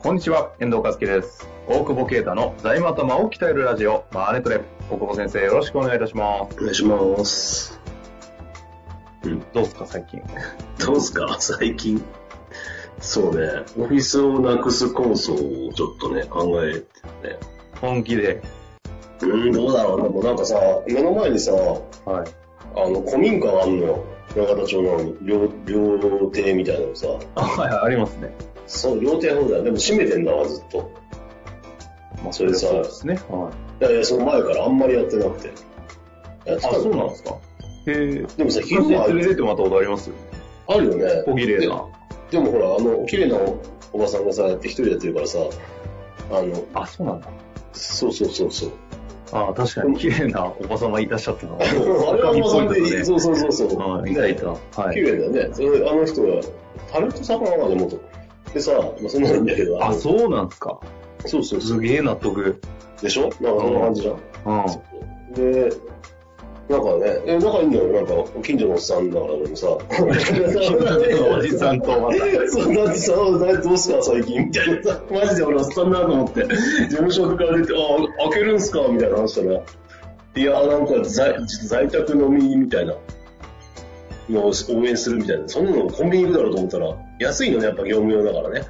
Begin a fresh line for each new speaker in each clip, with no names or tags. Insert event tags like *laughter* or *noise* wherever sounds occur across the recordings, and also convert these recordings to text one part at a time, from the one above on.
こんにちは、遠藤和樹です。大久保啓太の財務頭を鍛えるラジオ、マーネトレ。大久保先生、よろしくお願いいたします。
お願いします。
どうですか、最近。
どうすか最近。そうね、オフィスをなくす構想をちょっとね、考えてね。
本気で。
うん、どうだろう。でもなんかさ、目の前にさ、あ
はい。
の、古民家があるのよ。永田町なのに。料、料亭みたいなのさ。
はい、ありますね。
そう、料亭ほどだ。でも閉めてんだわ、ずっと。
まあ、
それさ
そうですね。はい。
いやいや、その前からあんまりやってなくて。やっ
あ、
てたの
そうなんですか。へえ。
でもさ、
先
昼
生
間あ
連れ
る
てってもらったことあります
あるよね。
小綺麗な。
でもほら、あの、綺麗なおばさんがさ、やって一人でやってるからさ、あの、
あ、そうなんだ。
そうそうそ
*laughs*
うそう。
あ、確かに綺麗なおばさまいらっしゃったな。
あれはもう
ね
そうそうそうそう。
うん、いたいた。は
綺
い。
麗だよね。それあの人は、タレントさんかなまで元。でさ、まあ、そんなのいいんだけど。
あ、
そ
そうなんですか。
うそうそ
す
う。
げえ納得。
でしょなんかそんな感じじゃん。
うん。
で、なんかね、え、仲いいんだよ。なんか、近所のおっさんだから俺
*laughs*
もさ。
*laughs* おじさんとまた。
そうだってさ、どうすか最近みたいなさ、マジで俺はスタンダード思って、事務所から出て、あ、開けるんすかみたいな話したら、いや、なんか在在宅飲みみたいな、のを応援するみたいな、そんなのコンビニ行くだろうと思ったら、安いのね、やっぱ業務用だからね、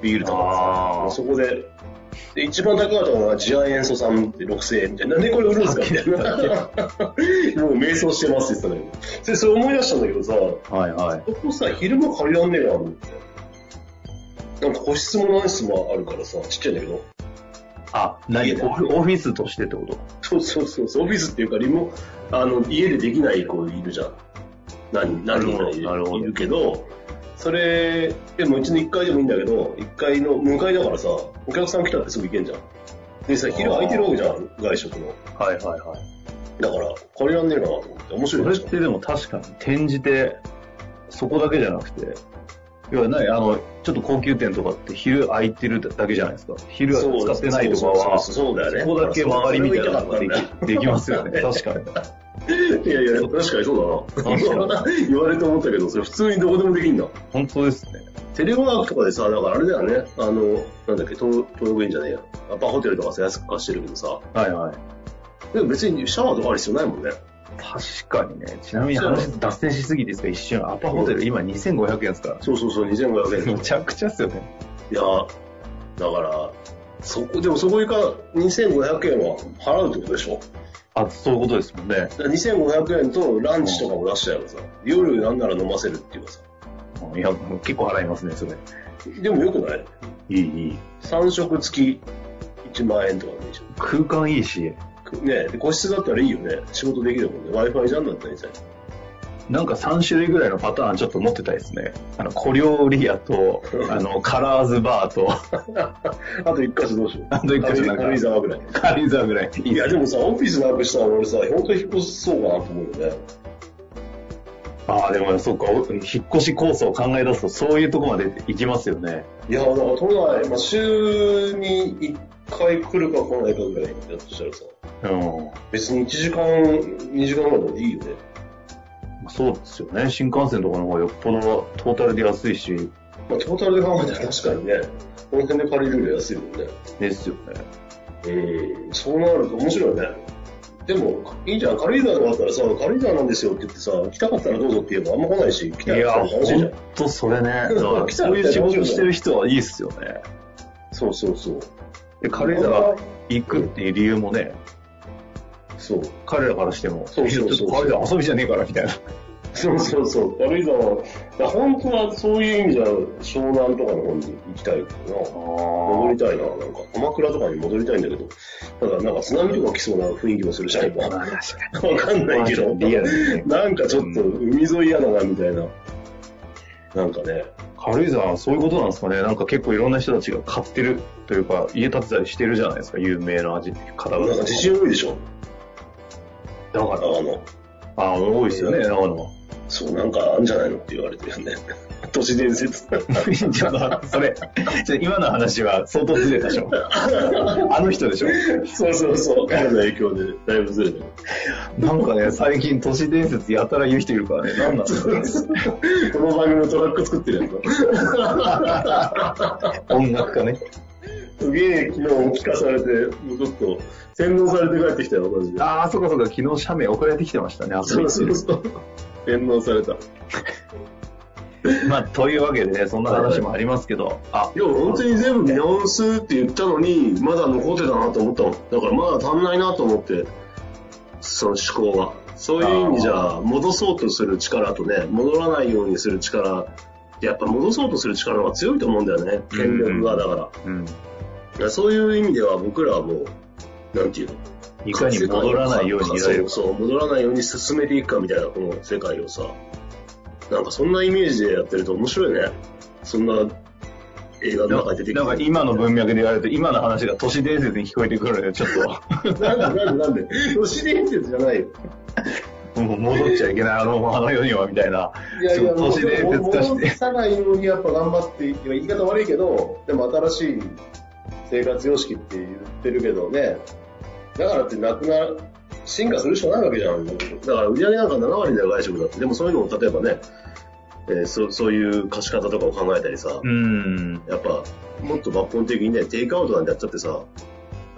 ビールと
あ
か
ー
さ、そこで、で一番高かったのが次亜塩素酸って6000円みたいな、なんでこれ売るんすかみたいな、もう迷走してますって言ってたんだけど、でそれ思い出したんだけどさ、
はいはい。
そこさ、昼間借りらんねえなと思って。なんか個室も何室もあるからさ、ちっちゃいんだけど。
あ、何オフオフィスとしてってこと
そうそうそうそう、オフィスっていうか、リモ、あの、家でできない子いるじゃん。何、何人かいる
なるほど
いるけど、それ、でもうちの1階でもいいんだけど、1階の、向かいだからさ、お客さん来たってすぐ行けんじゃん。でさ、昼空いてるわけじゃん、外食の。
はいはいはい。
だから、借りらんねえかなと思って、面
そ
白
れっ
いでしょ。
てでも確かに転じて、そこだけじゃなくて、要はない、あの、ちょっと高級店とかって昼空いてるだけじゃないですか。昼は使ってないとかは、
そう
そ
そうそうそうだよね。
こだけ曲がりみたいなの
そ
が
れ
で
も言いたかったんだ
きで
よ
きますよ *laughs* ね。確かに。
いやいや、確かにそうだな。 *laughs* 言われて思ったけど、それ普通にどこでもできんだ。
本当ですね。
テレワークとかでさ、だからあれだよね、あの、なんだっけ、東東北園じゃねえや。アパホテルとかさ、安く貸してるけどさ、
はいはい。
でも別にシャワーとかある必要ないもんね。
確かにね。ちなみに話脱線しすぎていいですか一瞬。アパホテル今2500円ですから。
そうそうそう、2500円。
むちゃくちゃっすよね。
いや、だから、そこ、でもそこいか、2500円は払うってことでしょ
あ、そういうことですもんね。
だから ?2500 円とランチとかも出しちゃえばさ、夜なんなら飲ませるっていうかさ、
うんいや、もう結構払いますね、それ。
でもよくない
いい、いい。
?3 食付き1万円とかでいいじゃん。
空間いいし、
ねで個室だったらいいよね。仕事できるもんね。Wi-Fi じゃんだったらいいじゃん。
なんか3種類ぐらいのパターンちょっと持ってたいですね。あの、小料理屋と、あの、カラーズバーと、
あと一箇所どうしよう。
あと一箇所なんか
軽井沢ぐらい。
軽井沢ぐらい。い
い
い
や、
ね
でもさ、オフィスなくしたら俺さ、本当に引っ越そうかなと思うよね。
ああ、でもそうか、お引っ越しコースを考え出すとそういうとこまで行きますよね。
いや、だから都内、まあ、週に1回来るか来ないかぐらいだとしたらさ、
うん。
別に1時間、2時間ぐらいでもいいよね。
そうですよね。新幹線とかの方がよっぽどトータルで安いし、
まあ、トータルで考えたら確かにね、この辺で借りるより安いもんね。
ですよね。
うん、そうなると面白いね。でも、いいじゃん、軽井沢があったらさ、軽井沢なんですよって言ってさ、来たかったらどうぞって言えばあんま来ないし、来
い
たら
や、
楽しいじゃ
ほ
ん
ん。とそれね。だか
うん
ら
来た
そういう仕事してる人はいいっすよね。
そうそうそう。
で、軽井沢行くっていう理由もね、
そう。
彼らからしても、
そうそうそう
いやちょっと軽井沢遊びじゃねえからみたいな。
そうそうそう。軽井沢は、いや本当はそういう意味じゃ湘南とかの方に行きたいけどな。戻りたいな。なんか鎌倉とかに戻りたいんだけど、ただなんか津波とか来そうな雰囲気もするじゃん、今。わかんないけど。
リアルですね
なんかちょっと海沿い嫌だな、みたいな。なんかね。
軽井沢はそういうことなんですかね。なんか結構いろんな人たちが買ってるというか、家建てたりしてるじゃないですか、有名な味方々。
なんか地震多いでしょ
だか
長
ら、
野。
ああ、多いですよね、長野は。 *laughs*
そう、なんかあんじゃないのって言われてるよね。 *laughs* 都市伝説。
ちょっと待ってそれ、ちょ今の話は相当ずれたでしょ。あの人でしょ。
*laughs* そうそうそう。彼の影響でだいぶずれてる。
なんかね、最近都市伝説やたら言う人いるからね、なんなんですかね
*laughs* この番組のトラック作ってるやつ。
音楽家ね。
*laughs* すげえ昨日聞かされて、もうちょっと洗脳されて帰ってきたよ、マジで。
ああ、そうかそうか、昨日写メ送られてきてましたね、遊
そ
び
う
に
そうそう。 *laughs* 洗脳された。
まあ、というわけでね、そんな話もありますけど、あ
い、や、本当に全部見直すって言ったのに、まだ残ってたなと思ったもん。だからまだ足んないなと思って、その思考は。そういう意味じゃ、戻そうとする力とね、戻らないようにする力、やっぱ戻そうとする力の方が強いと思うんだよね。権力が、だから。
うん。
だからそういう意味では僕らはもう、なんていうの
いかに戻らないようにいられるか。
そうそう戻らないように進めていくかみたいなこの世界をさなんかそんなイメージでやってると面白いねそんな映画の中に出て
なんか今の文脈で言われると、今の話が都市伝説に聞こえてくるので、ちょっ
なんでなんでなんで都市伝説じゃないよ
*laughs* と、もう戻っちゃいけない、あの、あの世には、みたいな。ちょっと都市伝説化して
戻。さないようにやっぱ頑張って、言い方悪いけど、でも新しい生活様式って言ってるけどね、
だからってなくな進化するしかないわけじゃんだから売り上げなんか7割だよ外食だってでもそういうのを例えばね、えーそそういう貸し方とかを考えたりさ、
うん。
やっぱ、もっと抜本的にね、テイクアウトなんてやっちゃってさ、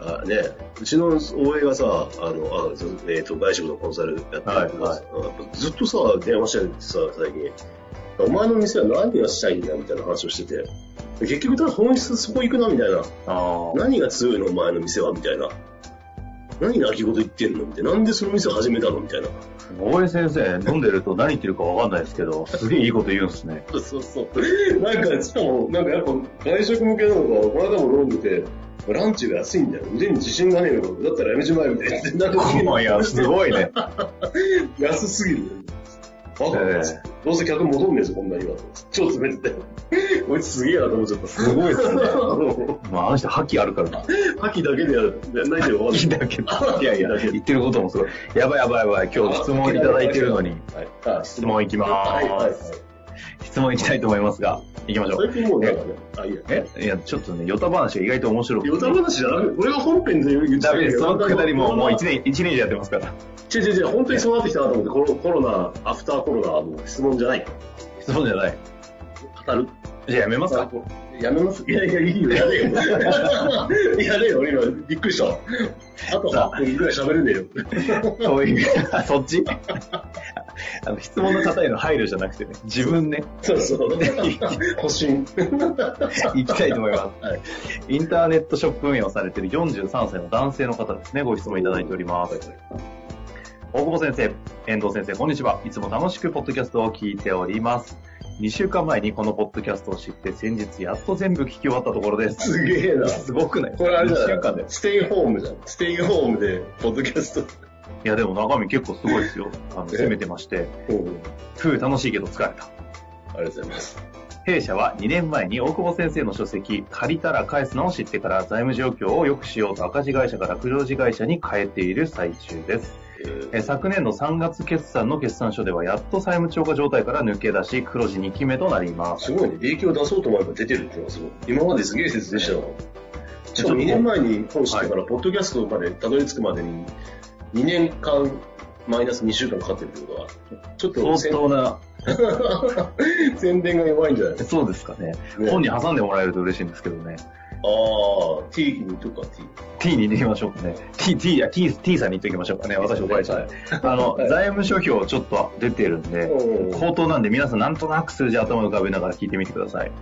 あね、うちの応援がさ、あの、あずえー、と外食のコンサルやってるけど
はいはい
あやっぱずっとさ、電話しててさ、最近、お前の店は何がしたいんだみたいな話をしてて、結局ただ本質そこ行くなみたいな、
あ
何が強いのお前の店はみたいな、何泣き言言ってんのみたいな、なんでその店始めたのみたいな。
あ。大江先生、飲んでると何言ってるかわかんないですけど、すげえいいこと言うんですね。
そうそう。なんか、しかも、なんかやっぱ、外食向けなのか、この間も飲んでて、ランチが安いんだよ。腕に自信がねえのか、だったらやめちまえみたいな。なんかすげえ
いや、すごいね。
安すぎる。バカだな
え
どうせ客戻んねえぞ、こんなには。超冷てて。こいつすげえなと思っちゃ *laughs* った。
すごいっすね
ね。
まあ、あの人、覇気あるからな。
覇気だけではないで終わ
いい
ん
ん
ない。
だけど。いやいや、言ってることもすごい。やばいやばいやばい、今日質問いただいてるのに。
はい。あ質
質問いきま
はいはいはい
ーす。質問いきたいと思いますが、いきましょう。
最近もうなんかね、あ、いいや。
えいや、ちょっとね、ヨタ話が意外と面白くて
ヨタ話じゃなくて、これが本編で言う言って
ダメです。そのくだりも、もう
一
1年、一年以上やってますから。
違う違う違う、本当にそうなってきたなと思って、コロコロナ、アフターコロナはもう質問じゃない。
質問じゃない。
語る。
じゃあやめますか
やめますいやいや、いいよ、やれよ。 *laughs* やれよ、俺今、びっくりした。あと8分ぐらい喋れねえよ。
そう *laughs* いう、あそっちあの、質問の方への配慮じゃなくてね、自分ね、
そうそう。保身。
行きたいと思います。
はい
インターネットショップ運営をされている43歳の男性の方ですね、ご質問いただいております。大久保先生、遠藤先生、こんにちは。いつも楽しくポッドキャストを聞いております。2週間前にこのポッドキャストを知って、先日やっと全部聞き終わったところです。
すげえ
*laughs*
な。
すごくない
これあれじゃ
?2 週間
な
で
い。ステイホームじゃん。ステイホームで、ポッドキャスト。
いや、でも中身結構すごいですよ。あの、
え
攻めてまして。
うん
ふう、楽しいけど疲れた。
ありがとうございます。えー
え昨年の3月決算の決算書ではやっと債務超過状態から抜け出し、黒字2期目となります。
すごいね。影響を出そうと思えば出てるっていうのがすごい。今まですげえ説でしたよ。しかも2年前に本知ってから、ポッドキャストまでたどり着くまでに、2年間、マイナス2週間かかってるってことは、ちょっと
相
宣
当な、
宣伝が *laughs* 弱いんじゃない
そうですかね。
ね
本に挟んでもらえると嬉しいんですけどね。
ああ、T にとか T。
T に行ってきましょうかね。T、T、いや T、T さんに行ってきましょうかね。私お会いしたい。あの、
*laughs* はい
財務諸表ちょっと出てるんで、
うん
口頭なんで皆さんなんとなく数字頭を浮かべながら聞いてみてください。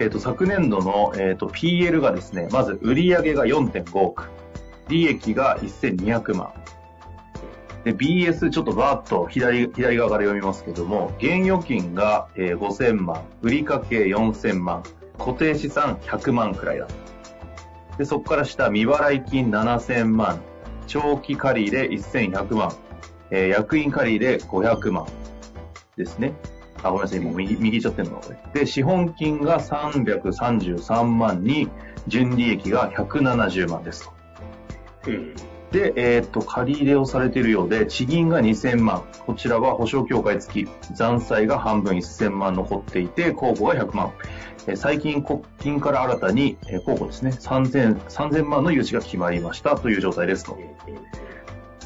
えっ、と、昨年度の、えっ、と、PL がですね、まず売上が4.5億、利益が1200万、でで、BS、ちょっとバーッと左、左側から読みますけども、現預金が、えー5000万、売掛4000万、固定資産100万くらいだった。で、そこから下、未払い金7000万、長期借り入れ1100万、えー役員借り入れ500万ですね。あ、ごめんなさい、今右、右行っちゃってるのか、これ。で、資本金が333万に、純利益が170万ですと。
うん。
で、えーっと、借り入れをされているようで、地銀が2000万、こちらは保証協会付き、残債が半分1000万残っていて、公庫が100万。えー最近、国金から新たに、えー公庫ですね、3000、3000万の融資が決まりましたという状態ですと。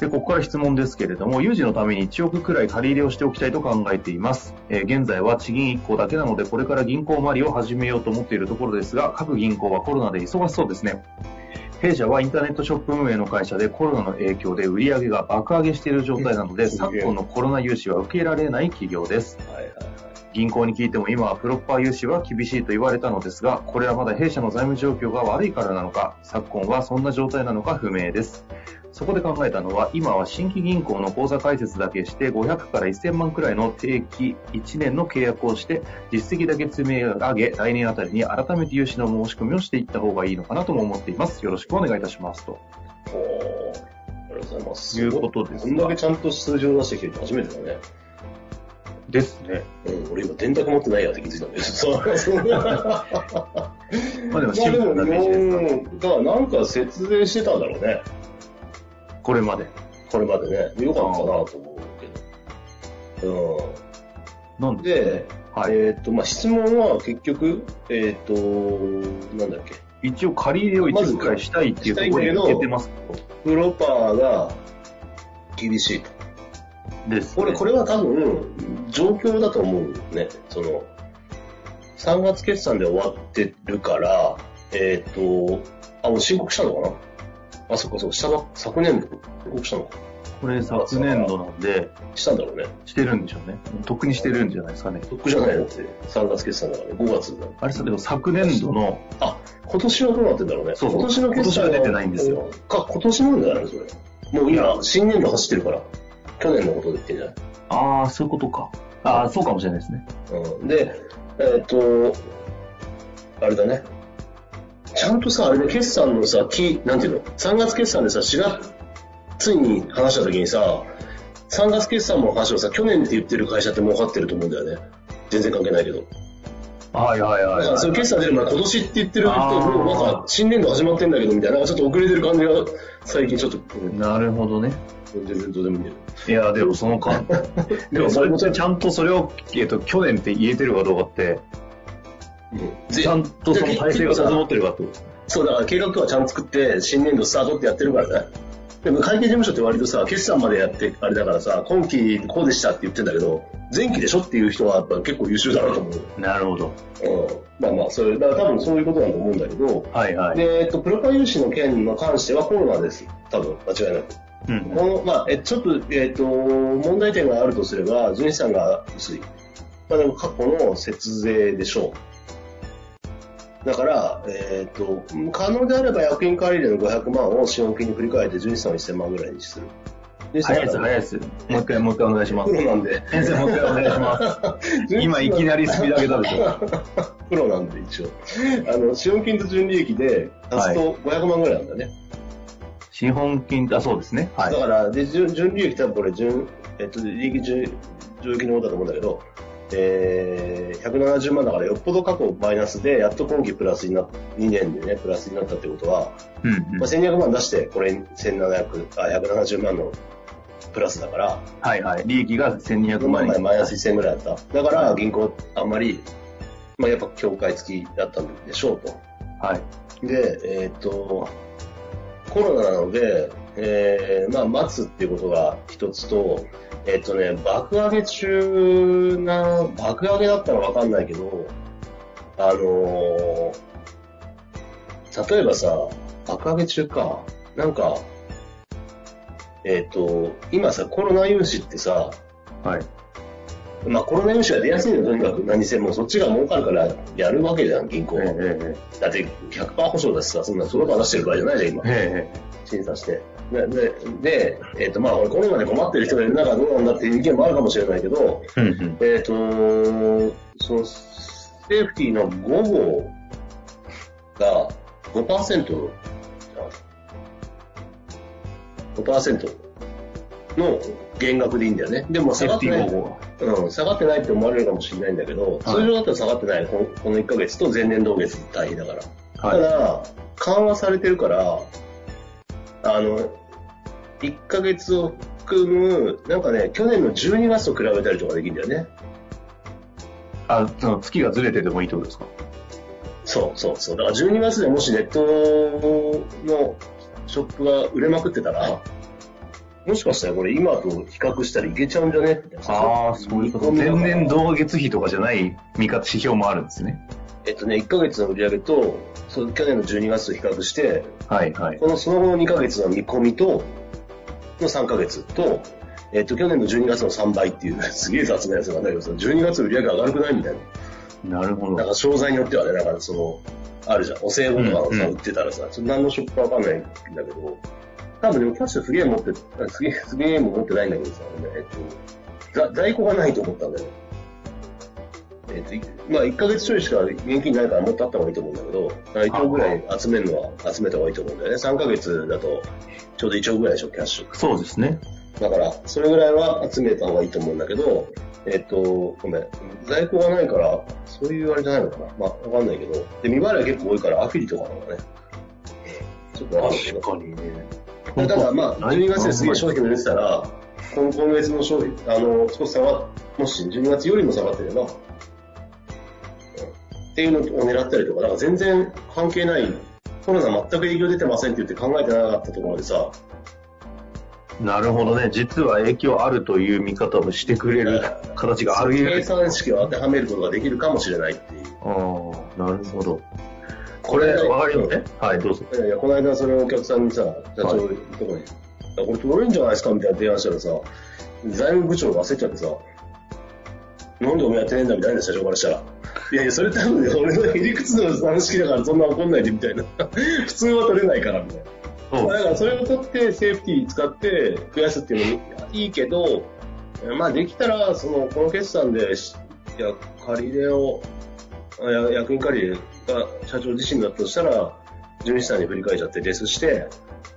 で、ここから質問ですけれども、有事のために1億くらい借り入れをしておきたいと考えています。えー現在は地銀1行だけなので、これから銀行回りを始めようと思っているところですが、各銀行はコロナで忙しそうですね。弊社はインターネットショップ運営の会社でコロナの影響で売り上げが爆上げしている状態なので、
すげえ
昨今のコロナ融資は受けられない企業です。
はいはいはい。
銀行に聞いても今はプロッパー融資は厳しいと言われたのですが、これはまだ弊社の財務状況が悪いからなのか、昨今はそんな状態なのか不明です。そこで考えたのは、今は新規銀行の口座開設だけして500から1000万くらいの定期1年の契約をして、実績だけ積み上げ、来年あたりに改めて融資の申し込みをしていった方がいいのかなとも思っています。よろしくお願いいたします。と
おーありがとうございます。
いうことです
こんだけちゃんと数字を出してきてるの初めてだね。
ですね。
うん、俺今電卓持ってないやって気づいたんだけ
*laughs*
ど。そうそう。ま
まあでも
あ
シン
で
プ
も
ルな
日
ページです。
本がなんか節税してたんだろうね。
これまで。
これまでね。よかったなと思うけど。うん。
なんで
で、
はい
えっ、と、まあ、質問は結局、えっ、と、なんだっけ、
一応借り入れを1億くらいしたいっていうところに向けてます
プロパーが厳しいと。
です、
これ、これは多分、状況だと思うね。その、3月決算で終わってるから、えっ、と、あ、もう申告したのかなあ、そっかそっか、したば昨年度申告したのか。
これ昨年度なんで、
したんだろうね。
してるんでしょうね。とっくにしてるんじゃないですかね。
とっくじゃないのって、3月決算だからね、5月だ
あれさ、でも昨年度の、
あ、今年はどうなってんだろうね。
そうそう
今年の決算
今年は出てないんですよ。
か、今年なんじゃないのそれ。もう今、新年度走ってるから。去年のことで言ってんじゃない。
ああ、そういうことか。ああ、そうかもしれないですね。
うん、で、えっ、と、あれだね。ちゃんとさ、あれね、決算のさ、期、なんていうの ?3 月決算でさ、4月に話した時にさ、3月決算の話をさ、去年って言ってる会社って儲かってると思うんだよね。全然関係ないけど。
はいはいはい、
だからそれ決算出る前、今年って言ってる人、
あー
もうなんか新年度始まってんだけどみたいな、なんかちょっと遅れてる感じが最近ちょっと、うん
なるほどね。
全然どうでもいいんだよ。
いや、でもその間、 *laughs* でもそれもちゃんとそれを、えっと、去年って言えてるかどうかって、ちゃんとその体制が整ってるかってことですね。
そう、だから計画はちゃんと作って、新年度スタートってやってるからね。でも会計事務所って割とさ、決算までやって、あれだからさ、今期こうでしたって言ってんだけど、前期でしょっていう人はやっぱ結構優秀だなと思う。
なるほど。
うん。まあまあ、それ、だから多分そういうことだと思うんだけど、
はいはい。
で、えっと、プロパ融資の件に関してはコロナです。多分、間違いなく。
うん
この、まあ、え、ちょっと、えっ、と、問題点があるとすれば、純資産が薄い。まあ、でも過去の節税でしょう。だから、えっ、と、可能であれば役員借り入れの500万を資本金に振り替えて純資産を1000万ぐらいにする。
早いです、早いです。もう一回、もう一回お願いします
プ。ロなんで。
先生、もう一回お願いし *laughs* ます。 *laughs* 今、いきなりスピード上げたでしょ。
*laughs* プロなんで一応。あの、資本金と純利益で足すと500万ぐらいなんだね。
資本金って、あ、そうですね。は
だ
い。
から、で、純純利益多分これ、純、えっと、利益純、純益の方だと思うんだけど、えー、170万だからよっぽど過去マイナスで、やっと今期プラスにな、2年でね、プラスになったってことは、
うん、う
まあ、
ん。
1200万出して、これ1700、あ、170万のプラスだから、
はいはい。利益が1200
100
万
万
円。
円マイナス1000円ぐらいだった。だから、銀行、あんまり、まあ、やっぱ、境界付きだったんでしょうと。
はい。
で、えーっと、コロナなので、えー、まあ、待つっていうことが一つと、えーっとね、爆上げ中な、爆上げだったらわかんないけど、あのー例えばさ、爆上げ中か、なんか、えーっと、今さ、コロナ融資ってさ、
はい。
まあコロナ融資が出やすいのとにかく何せもうそっちが儲かるからやるわけじゃん、銀行は。だって100%保証だしさ、そんな、その場出してる場合じゃないじゃん、今
え。えええ
審査して。で、ででえっ、と、まあ、これコロナで困ってる人がいる中どうなんだっていう意見もあるかもしれないけど、
うんうん。
えっ、と、その、セーフティーの5号が5%、5%の減額でいいんだよね。でも
セ
下
ーフ
がって
ティ
ない
ー。号
うん、下がってないって思われるかもしれないんだけど、通常だったら下がってない、このこの1ヶ月と前年同月対比だから。
は。
た
はい。
だ、緩和されてるから、あの、1ヶ月を含む、なんかね、去年の12月と比べたりとかできるんだよね。
あ、その月がずれててもいいってことですか
そうそうそう。だから12月でもしネットのショップが売れまくってたら、もしかしたらこれ今と比較したらいけちゃうんじゃねって
ああ、そういうこと。前年同月比とかじゃない見方、指標もあるんですね。
えっとね、1ヶ月の売り上げと、その去年の12月と比較して、
はいはい。
このその後の2ヶ月の見込みと、の3ヶ月と、えっと、去年の12月の3倍っていう、すげえ雑なやつなんだけど、その12月売り上げ上がるくないみたいな。
なるほ
なん
ど。
か商材によってはね、なんかその、あるじゃん。お歳暮とかをさ、
うんうん
売ってたらさ、それ何のショップかわかんないんだけど、多分でもキャッシュすげえ持って、あすげえ、 *laughs* すげえも持ってないんだけどさ、えっと、ざ在庫がないと思ったんだよね。えっと、いまあ1ヶ月ちょいしか現金ないからもっとあった方がいいと思うんだけど、だから1兆ぐらい集めるのは集めた方がいいと思うんだよね。3ヶ月だとちょうど1兆ぐらいでしょ、キャッシュ。
そうですね。
だから、それぐらいは集めた方がいいと思うんだけど、えっと、ごめん、在庫がないから、そういうあれじゃないのかな。まあ、わかんないけど。で、未払い結構多いから、アフィリとかなのかね。ちょっとわかんないけど。
かにね。
だから、まあ、12月ですげえ商品売れてたら、今今月の商品、あの、少し下がっ、もし12月よりも下がってれば、うんっていうのを狙ったりとか、なんか全然関係ない、コロナ全く影響出てませんって言って考えてなかったところでさ、
なるほどね。実は影響あるという見方をしてくれる形がある
計算式を当てはめることができるかもしれないっていう。
ああ、なるほど。これ、わかりますね。はい、どうぞ。
いやいや、この間それをお客さんにさ、社長のとこに、あこれ取れるんじゃないですかみたいな提案したらさ、財務部長が焦っちゃってさ、なんでお前やってねえんだみたいな社長からしたら。いやいや、それ多分ね、俺の入り口の算式だからそんな怒んないでみたいな。 *laughs* 普通は取れないからみたいな。
そう
だからそれを取ってセーフティー使って増やすっていうのもいいけど、えーまあできたら、その、この決算でし、いや、借り入れを、あや役員借り入れが社長自身だとしたら、純資産に振り替えちゃってレスして、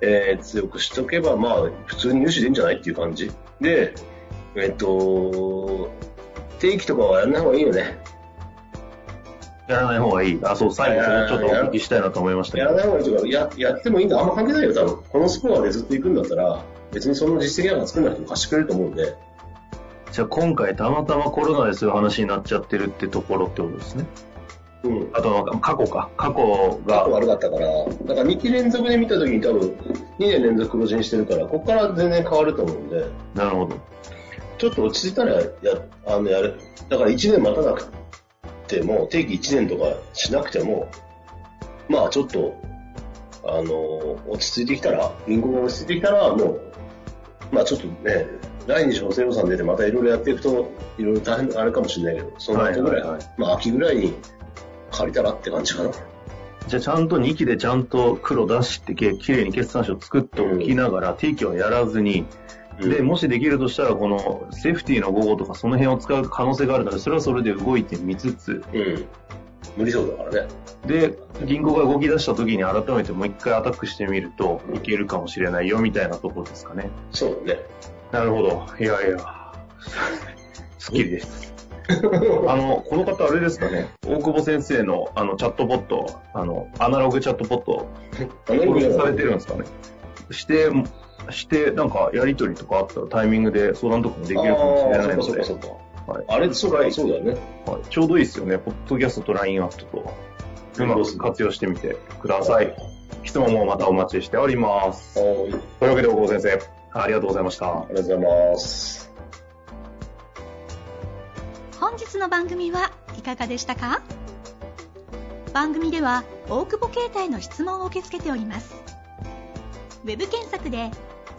えー強くしとけば、まあ、普通に融資でいいんじゃないっていう感じ。で、えっと、定期とかはやんない方がいいよね。
やらない方がいい。あ、そう、最後、それちょっとお聞きしたいなと思いましたけ
やら
ど。
ない方がいいとか、や、やってもいいんだ。あんま関係ないよ、多分。このスコアでずっと行くんだったら、別にその実績なんか作んなくても貸してくれると思うんで。
じゃあ今回たまたまコロナでそういう話になっちゃってるってところってことですね。
うん。
あとなんか過去か。過去
過去
が、
悪かったから、だから2期連続で見たときに多分、2年連続黒字にしてるから、ここから全然変わると思うんで、
なるほど。
ちょっと落ち着いたらや、あの、やる。だから1年待たなくても、定期1年とかしなくても、まあちょっと、あの、落ち着いてきたら、銀行が落ち着いてきたら、もう、まあちょっとね、来日補正予算出てまたいろいろやっていくと、いろいろ大変、あれかもしれないけど、その後ぐらい、
はいはいは
まあ秋ぐらいに借りたらって感じかな。
じゃあちゃんと2期でちゃんと黒出してけ、綺麗に決算書を作っておきながら、定期はやらずに、
うん
で、もしできるとしたら、このセーフティーの午後とかその辺を使う可能性があるので、それはそれで動いてみつつ、
うん。無理そうだからね。
で、銀行が動き出した時に改めてもう一回アタックしてみるといけるかもしれないよみたいなところですかね。
そうだね。
なるほど。いやい *laughs* や。すっきりです。あの、この方あれですかね。大久保先生のあのチャットボット、あの、アナログチャットボット、登録されてるんですかね。して、して、なんかやりとりとかあったらタイミングで相談とかもできるかもしれないの
あーそっ
で
か。そっかそっ
はい
か。あれ、そうか、そうだよね。
はいちょうどいいですよね。ポッドキャストと LINE アットと、うまく活用してみてください。質問もまたお待ちしております。
はい。
というわけで、大久保先生、ありがとうございました。
ありがとうございます。
本日の番組はいかがでしたか番組では大久保携帯の質問を受け付けておりますウェブ検索で「